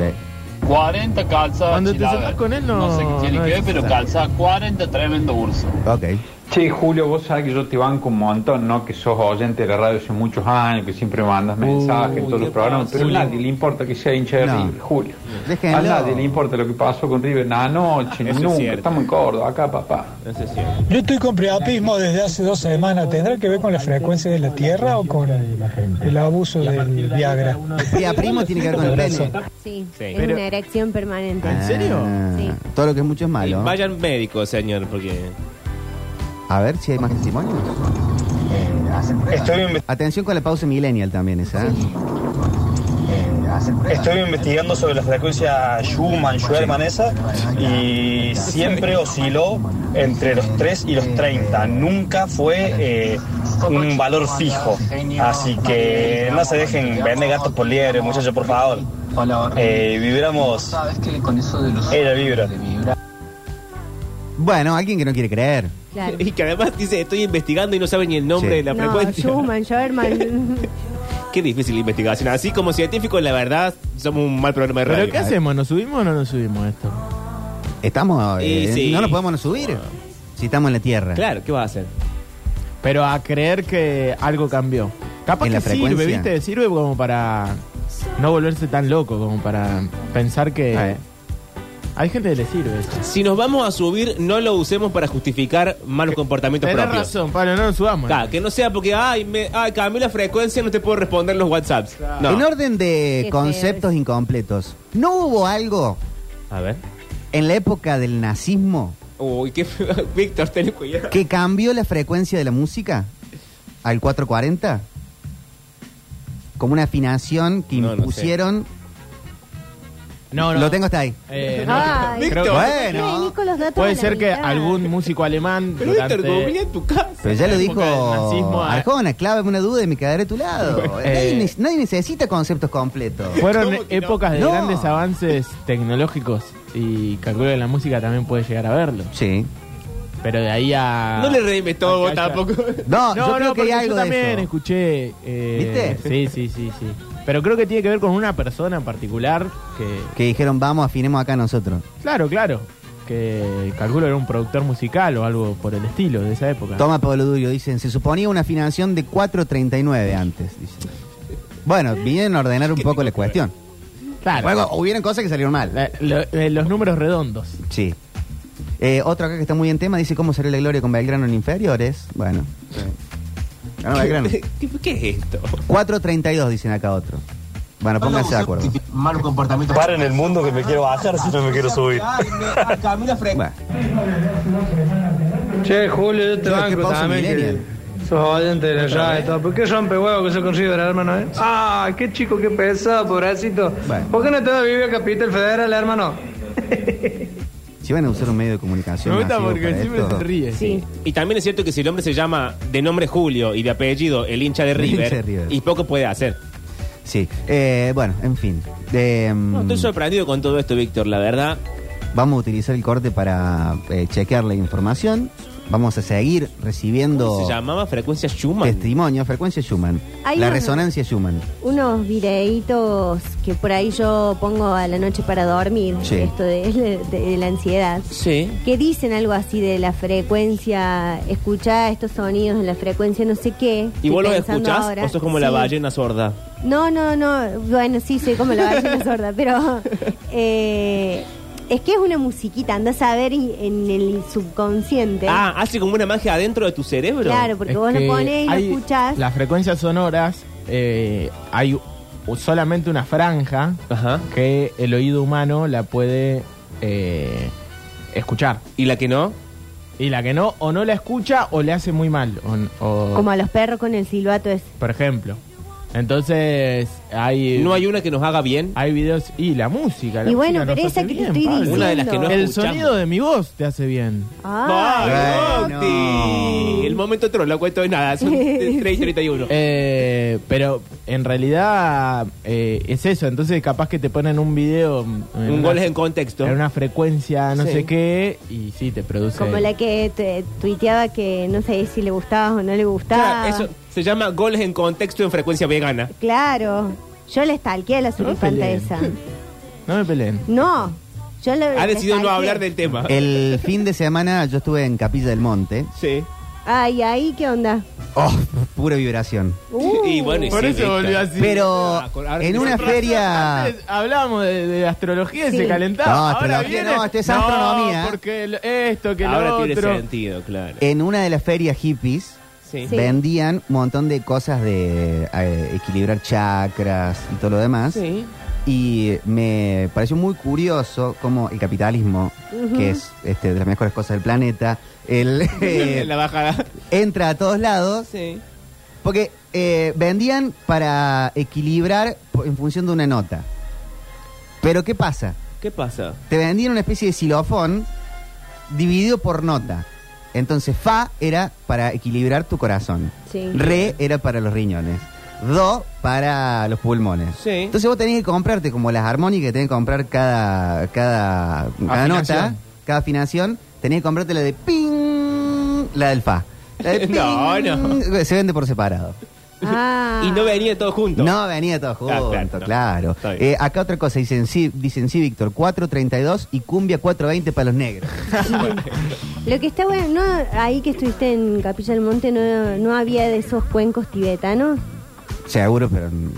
Speaker 14: 40 calzas.
Speaker 2: Cuando te
Speaker 14: chilaver.
Speaker 2: sentás con él, no-
Speaker 14: sé qué tiene
Speaker 2: no
Speaker 14: que ver,
Speaker 2: es
Speaker 14: pero calza 40 tremendo urso.
Speaker 1: Ok.
Speaker 15: Che, Julio, vos sabés que yo te banco un montón, ¿no? Que sos oyente de la radio hace muchos años, que siempre mandas mensajes en todos los programas, pero a nadie le importa que sea hincha de
Speaker 1: No.
Speaker 15: River, Julio.
Speaker 1: Déjenlo.
Speaker 15: A nadie le importa lo que pasó con River en la noche,
Speaker 2: Eso es
Speaker 15: nunca.
Speaker 2: cierto.
Speaker 15: Estamos en Córdoba, acá, papá.
Speaker 16: Yo estoy con priapismo desde hace dos semanas. ¿Tendrá que ver con la frecuencia de la Tierra o con el abuso del Viagra?
Speaker 1: Priapismo tiene que ver con el pene.
Speaker 7: Sí, es
Speaker 2: Pero-
Speaker 7: una erección permanente.
Speaker 1: Ah. ¿En serio?
Speaker 7: Sí.
Speaker 1: Todo lo que es mucho es malo.
Speaker 2: Vayan médicos, señor, porque...
Speaker 1: A ver si hay más testimonios. Atención con la pausa millennial también esa. ¿eh?
Speaker 17: Estoy investigando sobre la frecuencia Schumann, Schwerman esa, y siempre osciló entre los 3 y los 30. Nunca fue eh, un valor fijo. Así que no se dejen vender gatos por liebre, muchachos, por favor. Eh, vibramos. Ella vibra.
Speaker 1: Bueno, alguien que no quiere creer.
Speaker 7: Claro.
Speaker 2: Y que además dice, estoy investigando y no sabe ni el nombre
Speaker 1: Sí.
Speaker 2: de la
Speaker 7: No,
Speaker 2: frecuencia.
Speaker 7: Schumann, Sherman.
Speaker 2: Qué difícil la investigación. Así como científicos, la verdad, somos un mal programa de radio.
Speaker 4: ¿Pero qué hacemos? ¿Nos subimos o no nos subimos a esto?
Speaker 1: Estamos. eh,
Speaker 4: Y sí.
Speaker 1: No nos podemos subir si estamos en la tierra.
Speaker 2: Claro, ¿qué va a hacer?
Speaker 4: Pero a creer que algo cambió. Capaz
Speaker 1: En
Speaker 4: que
Speaker 1: la
Speaker 4: sirve,
Speaker 1: frecuencia.
Speaker 4: ¿viste? Sirve como para no volverse tan loco, como para pensar que... Hay gente que le sirve eso.
Speaker 2: Si nos vamos a subir, no lo usemos para justificar malos comportamientos
Speaker 4: Tenés
Speaker 2: propios.
Speaker 4: razón, Pablo, no nos subamos. ¿eh?
Speaker 2: Claro, que no sea porque, ay, me, ay, cambió la frecuencia, no te puedo responder los WhatsApps. No.
Speaker 1: En orden de
Speaker 2: Qué
Speaker 1: conceptos incompletos, ¿no hubo algo
Speaker 2: A ver.
Speaker 1: en la época del nazismo
Speaker 2: Uy, qué feo. Víctor, ten cuidado.
Speaker 1: ¿Que cambió la frecuencia de la música al 440? Como una afinación que
Speaker 2: No, no sé.
Speaker 1: impusieron.
Speaker 4: No, no.
Speaker 1: Lo tengo hasta ahí.
Speaker 2: Ah,
Speaker 4: Eh,
Speaker 7: Ay,
Speaker 4: creo-
Speaker 7: Víctor.
Speaker 4: bueno,
Speaker 7: Vení con los datos
Speaker 4: puede
Speaker 7: a la
Speaker 4: ser que
Speaker 7: mitad.
Speaker 4: algún músico alemán.
Speaker 2: Pero Víctor,
Speaker 4: durante-
Speaker 2: googlea en tu casa.
Speaker 1: Pero ya
Speaker 4: en
Speaker 1: lo
Speaker 4: la época del
Speaker 1: dijo
Speaker 4: nazismo, a-
Speaker 1: Arjona, clávame una duda y me quedaré a tu lado.
Speaker 4: Eh.
Speaker 1: nadie, ne- nadie necesita conceptos completos.
Speaker 4: Fueron épocas de
Speaker 1: No.
Speaker 4: grandes avances tecnológicos y calculo que la música también puede llegar a verlo.
Speaker 1: Sí.
Speaker 4: Pero de ahí a.
Speaker 2: No le reime todo
Speaker 4: Acá ya-
Speaker 2: tampoco.
Speaker 1: No, yo creo que hay
Speaker 4: porque
Speaker 1: algo
Speaker 4: yo
Speaker 1: de
Speaker 4: también
Speaker 1: eso.
Speaker 4: escuché. eh,
Speaker 1: ¿Viste?
Speaker 4: Sí, sí, sí, sí. Pero creo que tiene que ver con una persona en particular que.
Speaker 1: Que dijeron, vamos, afinemos acá nosotros.
Speaker 4: Claro, claro. Que calculo era un productor musical o algo por el estilo de esa época.
Speaker 1: Toma Pablo Durio, dicen, se suponía una afinación de 4.39 antes. dicen. Bueno, vinieron a ordenar un poco la cuestión.
Speaker 4: Claro.
Speaker 1: Luego, hubieron cosas que salieron mal.
Speaker 4: La- lo- eh, los números redondos.
Speaker 1: Sí. Eh, otro acá que está muy en tema dice cómo salió la gloria con Belgrano en inferiores. Bueno. Ganó Belgrano.
Speaker 2: ¿Qué, qué es esto?
Speaker 1: 4.32 dicen acá otro. Bueno, pónganse de acuerdo.
Speaker 17: Mal comportamiento. Paren el mundo que me quiero bajar si no me quiero subir.
Speaker 1: Bueno.
Speaker 10: Che, Julio, yo te
Speaker 1: Dios, qué
Speaker 10: banco
Speaker 1: pausa
Speaker 10: también.
Speaker 1: millennial.
Speaker 10: que Sos oyente de la radio y todo. ¿Por qué rompe huevo que sos con River, hermano? eh? Ah, qué chico, qué pesado, pobrecito. ¿Por qué no te da vivir a Capital Federal, hermano?
Speaker 1: Si van a usar un medio de comunicación. masivo para esto,
Speaker 4: ríe.
Speaker 7: Sí.
Speaker 2: Y también es cierto que si el hombre se llama de nombre Julio y de apellido el hincha de
Speaker 1: El
Speaker 2: River,
Speaker 1: hincha de River.
Speaker 2: y poco puede hacer.
Speaker 1: Sí. Eh, bueno, en fin. Eh,
Speaker 2: No, estoy sorprendido con todo esto, Víctor, la verdad.
Speaker 1: Vamos a utilizar el corte para eh, chequear la información. Vamos a seguir recibiendo
Speaker 2: Se llamaba Frecuencia Schumann.
Speaker 1: testimonios, frecuencia Schumann.
Speaker 7: Hay
Speaker 1: la
Speaker 7: una-
Speaker 1: resonancia Schumann.
Speaker 7: Unos videitos que por ahí yo pongo a la noche para dormir,
Speaker 1: Sí.
Speaker 7: esto de, de- de la ansiedad,
Speaker 2: Sí.
Speaker 7: que dicen algo así de la frecuencia, escuchá estos sonidos en la frecuencia no sé qué.
Speaker 2: ¿Y
Speaker 7: estoy
Speaker 2: vos los
Speaker 7: pensando
Speaker 2: escuchás
Speaker 7: ahora.
Speaker 2: o sos como la
Speaker 7: Sí.
Speaker 2: ballena sorda?
Speaker 7: No, no, no. Bueno, sí, soy como la ballena sorda, pero eh, es que es una musiquita, anda a saber y- en el subconsciente.
Speaker 2: Ah, hace como una magia adentro de tu cerebro.
Speaker 7: Claro, porque
Speaker 4: Es
Speaker 7: vos
Speaker 4: que
Speaker 7: lo ponés y lo
Speaker 4: hay-
Speaker 7: escuchás.
Speaker 4: Las frecuencias sonoras, eh, hay u- solamente una franja que el oído humano la puede eh, escuchar.
Speaker 2: ¿Y la que no?
Speaker 4: Y la que no, o no la escucha o le hace muy mal. o- o-
Speaker 7: Como a los perros con el silbato es.
Speaker 4: por ejemplo. Entonces, hay.
Speaker 2: ¿No hay una que nos haga bien?
Speaker 4: Hay videos. Y la música. la
Speaker 7: Y
Speaker 4: música
Speaker 7: bueno,
Speaker 4: nos
Speaker 7: pero
Speaker 4: hace
Speaker 7: esa que te
Speaker 4: bien,
Speaker 7: estoy
Speaker 4: Pablo.
Speaker 7: diciendo. Una de las que no
Speaker 4: El
Speaker 2: escuchamos.
Speaker 4: sonido de mi voz te hace bien.
Speaker 7: Ah,
Speaker 2: ¡Ay, Octi! El momento otro, no cuento de nada. Son 3 y 31.
Speaker 4: Eh, pero en realidad eh, es eso. Entonces, capaz que te ponen un video.
Speaker 2: Un gol es en contexto.
Speaker 4: En una frecuencia, no
Speaker 2: Sí.
Speaker 4: sé qué. Y sí, te produce.
Speaker 7: Como la que te tuiteaba que no sé si le gustabas o no le gustaba.
Speaker 2: Claro, eso se llama goles en contexto en frecuencia vegana.
Speaker 7: Claro. Yo le stalkeé a la
Speaker 4: me
Speaker 7: suripanta
Speaker 4: peleen.
Speaker 7: esa.
Speaker 4: No me peleen.
Speaker 7: No. Yo le,
Speaker 2: Ha
Speaker 7: le
Speaker 2: decidido no
Speaker 7: stalkeé.
Speaker 2: hablar del tema.
Speaker 7: Eh,
Speaker 1: El fin de semana yo estuve en Capilla del Monte.
Speaker 2: Sí.
Speaker 7: Ay, ahí, ¿qué onda?
Speaker 1: Oh, pura vibración.
Speaker 7: Uh.
Speaker 2: Y bueno, y
Speaker 4: Por
Speaker 2: sí,
Speaker 4: eso
Speaker 2: Víctor.
Speaker 4: volvió así.
Speaker 1: Pero en una feria.
Speaker 4: Antes hablábamos de, de astrología y
Speaker 7: Sí.
Speaker 4: se calentaba.
Speaker 1: No,
Speaker 4: Ahora
Speaker 1: astrología
Speaker 4: viene.
Speaker 1: no, esto es astronomía. ¿eh?
Speaker 4: Porque lo- esto, que
Speaker 2: Ahora
Speaker 4: lo
Speaker 2: tiene
Speaker 4: otro.
Speaker 2: sentido, claro.
Speaker 7: Eh,
Speaker 1: En una de las ferias hippies
Speaker 2: Sí.
Speaker 7: Sí.
Speaker 1: vendían un montón de cosas de eh, equilibrar chakras y todo lo demás.
Speaker 2: Sí.
Speaker 1: Y me pareció muy curioso cómo el capitalismo,
Speaker 7: Ujú.
Speaker 1: que es este, de las mejores cosas del planeta, el, eh,
Speaker 2: La bajada.
Speaker 1: entra a todos lados.
Speaker 2: Sí.
Speaker 1: Porque eh, vendían para equilibrar po- en función de una nota. Pero ¿qué pasa?
Speaker 2: ¿Qué pasa?
Speaker 1: Te vendían una especie de xilofón dividido por nota. Entonces, fa era para equilibrar tu corazón.
Speaker 7: Sí.
Speaker 1: Re era para los riñones. Do para los pulmones.
Speaker 2: Sí.
Speaker 1: Entonces vos tenés que comprarte como las armónicas que tenés que comprar cada, cada, cada nota,
Speaker 4: Afinación.
Speaker 1: cada afinación, tenés que comprarte la de ping, la del fa. La de
Speaker 2: No,
Speaker 1: ping,
Speaker 2: no.
Speaker 1: Se vende por separado.
Speaker 7: Ah.
Speaker 2: Y no venía todo junto.
Speaker 1: No, venía todo
Speaker 2: Ah,
Speaker 1: junto,
Speaker 2: claro, no.
Speaker 1: claro.
Speaker 2: Está bien.
Speaker 1: Eh, acá otra cosa, dicen sí, dicen sí, Víctor, 4.32 y cumbia 4.20 para los negros.
Speaker 7: Lo que está bueno, ¿no? ahí que estuviste en Capilla del Monte, ¿no, no había de esos cuencos tibetanos?
Speaker 1: Seguro, pero mm,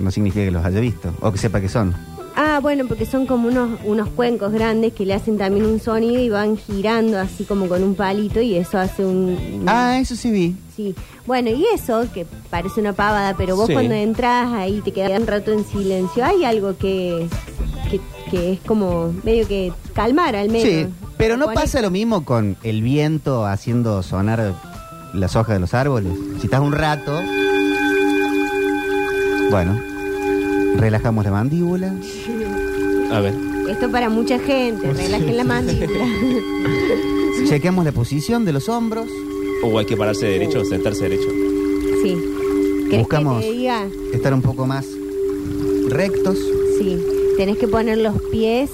Speaker 1: no significa que los haya visto o que sepa que son.
Speaker 7: Ah, bueno, porque son como unos, unos cuencos grandes que le hacen también un sonido y van girando así como con un palito y eso hace
Speaker 2: Mm.
Speaker 7: un...
Speaker 1: Ah, eso sí vi.
Speaker 7: Sí. Bueno, y eso, que parece una pavada, pero vos
Speaker 2: Sí.
Speaker 7: cuando entras ahí te quedas un rato en silencio, hay algo que, que, que es como medio que calmar al menos.
Speaker 1: Sí, Pero no pasa lo mismo con el viento haciendo sonar las hojas de los árboles. Si estás un rato. Bueno, relajamos la mandíbula.
Speaker 2: A ver.
Speaker 7: Esto para mucha gente, relajen la mandíbula.
Speaker 1: Chequeamos la posición de los hombros.
Speaker 2: O hay que pararse derecho, sentarse derecho.
Speaker 7: Sí. ¿Querés que
Speaker 1: Buscamos
Speaker 7: te diga?
Speaker 1: estar un poco más rectos.
Speaker 7: Sí. Tenés que poner los pies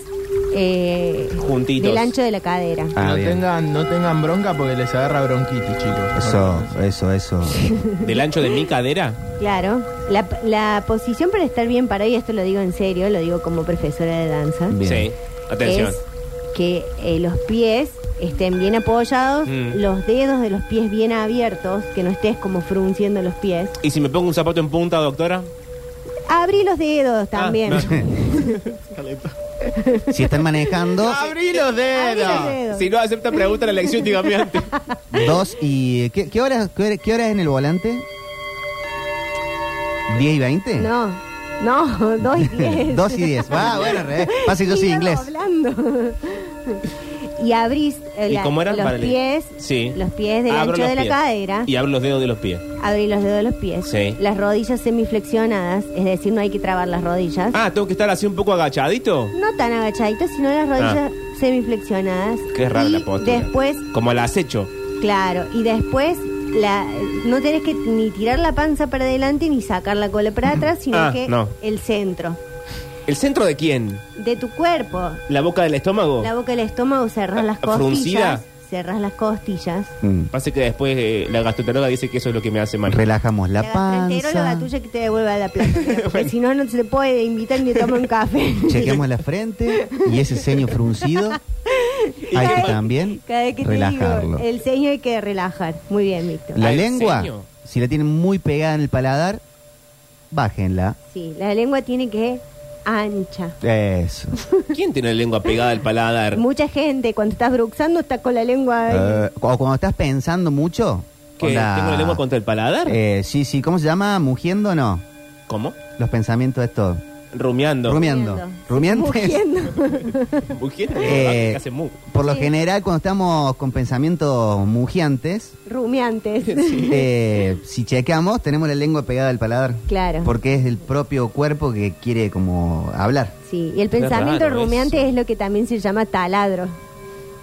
Speaker 7: eh,
Speaker 2: Juntitos.
Speaker 7: del ancho de la cadera.
Speaker 1: Ah,
Speaker 4: no,
Speaker 1: bien.
Speaker 4: tengan, no tengan bronca porque les agarra bronquitis, chicos.
Speaker 1: Eso, eh. eso, eso.
Speaker 2: ¿Del ancho de mi cadera?
Speaker 7: Claro. La, la posición para estar bien parado, y esto lo digo en serio, lo digo como profesora de danza,
Speaker 2: Sí. Atención.
Speaker 7: es que eh, los pies estén bien apoyados,
Speaker 2: Mm.
Speaker 7: los dedos de los pies bien abiertos, que no estés como frunciendo los pies.
Speaker 2: ¿Y si me pongo un zapato en punta, doctora?
Speaker 7: Abrí los
Speaker 2: Ah,
Speaker 7: dedos también.
Speaker 2: no.
Speaker 1: Si están manejando,
Speaker 4: ¡Abrí los dedos!
Speaker 7: Abrí los dedos.
Speaker 2: Si no acepta pregunta la elección, dígame antes.
Speaker 1: dos y. ¿Qué, qué horas qué, hora- qué hora es en el volante? ¿10 y 20?
Speaker 7: No, no, dos y diez.
Speaker 1: 2 y 10. Va, bueno, al revés. Pasa que yo soy
Speaker 7: Iba
Speaker 1: inglés.
Speaker 7: doblando. y abrís eh,
Speaker 2: ¿Y
Speaker 7: la-
Speaker 2: cómo era?
Speaker 7: los
Speaker 2: Para leer.
Speaker 7: pies,
Speaker 2: Sí.
Speaker 7: los pies del
Speaker 2: Abro
Speaker 7: ancho
Speaker 2: los
Speaker 7: de la
Speaker 2: pies.
Speaker 7: cadera.
Speaker 2: Y abro los dedos de los pies.
Speaker 7: Abrí los dedos de los pies.
Speaker 2: Sí.
Speaker 7: Las rodillas semiflexionadas, es decir, no hay que trabar las rodillas.
Speaker 2: Ah, tengo que estar así un poco agachadito.
Speaker 7: No tan agachaditas, sino las rodillas semiflexionadas.
Speaker 2: Ah. Qué rara
Speaker 7: y
Speaker 2: la postura.
Speaker 7: Después,
Speaker 2: Como el acecho.
Speaker 7: claro, y después la, no tenés que ni tirar la panza para adelante ni sacar la cola para atrás, sino
Speaker 2: Ah,
Speaker 7: que
Speaker 2: no.
Speaker 7: el centro
Speaker 2: ¿El centro de quién?
Speaker 7: de tu cuerpo,
Speaker 2: ¿La boca del estómago?
Speaker 7: La boca del estómago, cerrás las
Speaker 2: Ah, ¿Fruncida?
Speaker 7: costillas. Cerrás las costillas.
Speaker 1: Mm.
Speaker 2: Pasa que después eh, la gastroenteróloga dice que eso es lo que me hace mal.
Speaker 1: Relajamos la
Speaker 7: la
Speaker 1: panza.
Speaker 7: tuya que te devuelva la plata. ¿no? Porque si no, no se te puede invitar ni tomar un café.
Speaker 1: Chequeamos la frente y ese ceño fruncido. Hay que también
Speaker 7: Cada vez que te
Speaker 1: relajarlo.
Speaker 7: digo, el ceño hay que relajar. Muy bien, Víctor.
Speaker 1: La lengua, si la tienen muy pegada en el paladar, bájenla.
Speaker 7: Sí, la lengua tiene que ancha.
Speaker 1: Eso.
Speaker 2: ¿Quién tiene la lengua pegada al paladar?
Speaker 7: Mucha gente cuando estás bruxando está con la lengua... ahí.
Speaker 1: Eh, o cuando estás pensando mucho.
Speaker 2: ¿Qué?
Speaker 1: onda-
Speaker 2: ¿Tengo la lengua contra el paladar?
Speaker 1: Eh, sí, sí. ¿Cómo se llama? ¿Mugiendo o no?
Speaker 2: ¿Cómo?
Speaker 1: Los pensamientos estos.
Speaker 2: Rumiando.
Speaker 1: Rumiando. Rumiantes.
Speaker 7: Mugiendo.
Speaker 2: Mugiendo.
Speaker 1: Eh,
Speaker 2: hace mu.
Speaker 1: Por lo
Speaker 7: Sí.
Speaker 1: general, cuando estamos con pensamientos mugiantes,
Speaker 7: Rumiantes.
Speaker 1: eh, si checamos, tenemos la lengua pegada al paladar.
Speaker 7: Claro.
Speaker 1: Porque es el propio cuerpo que quiere como hablar.
Speaker 7: Sí, y el
Speaker 1: Qué
Speaker 7: pensamiento
Speaker 1: raro
Speaker 7: rumiante
Speaker 1: eso.
Speaker 7: es lo que también se llama taladro.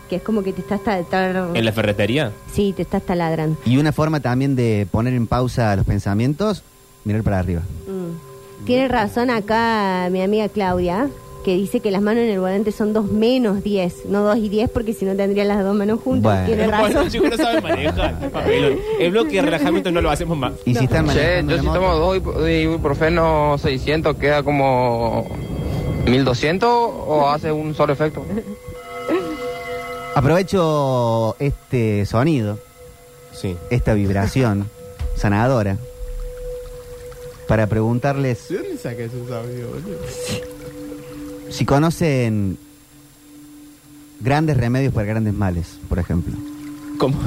Speaker 7: Que es como que te estás... ta- tar-
Speaker 2: ¿En la ferretería?
Speaker 7: Sí, te estás taladrando.
Speaker 1: Y una forma también de poner en pausa los pensamientos, mirar para arriba.
Speaker 7: Mm. Tiene razón acá mi amiga Claudia, que dice que las manos en el volante son 2 menos 10, no 2 y 10 porque si no tendría las dos manos juntas.
Speaker 1: Bueno.
Speaker 7: Tiene razón.
Speaker 2: Bueno, chicos, no saben manejar. qué papelón. El bloque de relajamiento no lo hacemos más.
Speaker 1: Y si están
Speaker 18: Che,
Speaker 1: manejando
Speaker 18: yo
Speaker 1: la
Speaker 18: si
Speaker 1: moto,
Speaker 18: tomo dos ibu- de ibuprofeno 600, ¿queda como 1200 o hace un solo efecto?
Speaker 1: aprovecho este sonido, esta vibración sanadora, para preguntarles
Speaker 4: ¿De dónde saca esos audios, boludo?
Speaker 1: si conocen grandes remedios para grandes males, por ejemplo.
Speaker 2: ¿Cómo?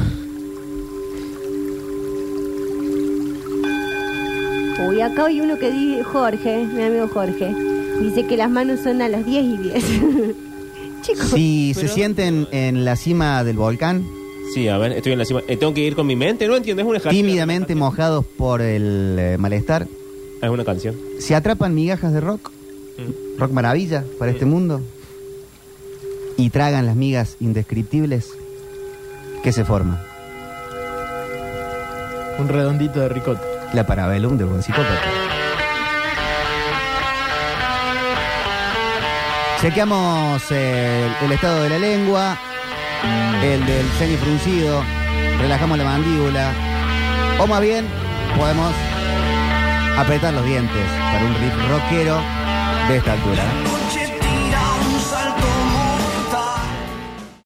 Speaker 7: Uy, acá hay uno que dice Jorge, mi amigo Jorge, dice que las manos son a las 10 y 10. Chicos,
Speaker 1: Si se sienten en la cima del volcán,
Speaker 2: Sí, a ver, estoy en la cima. Eh, tengo que ir con mi mente, no entiendes, es un ejercicio.
Speaker 1: tímidamente mojados por el eh, malestar,
Speaker 2: Es una canción.
Speaker 1: se atrapan migajas de rock, rock maravilla para este mundo, y tragan las migas indescriptibles que se forman.
Speaker 4: Un redondito de ricota.
Speaker 1: La parabellum del buen psicópata. Chequeamos eh, el, estado de la lengua, el del ceño fruncido, relajamos la mandíbula, o más bien podemos apretar los dientes para un riff rockero de esta altura.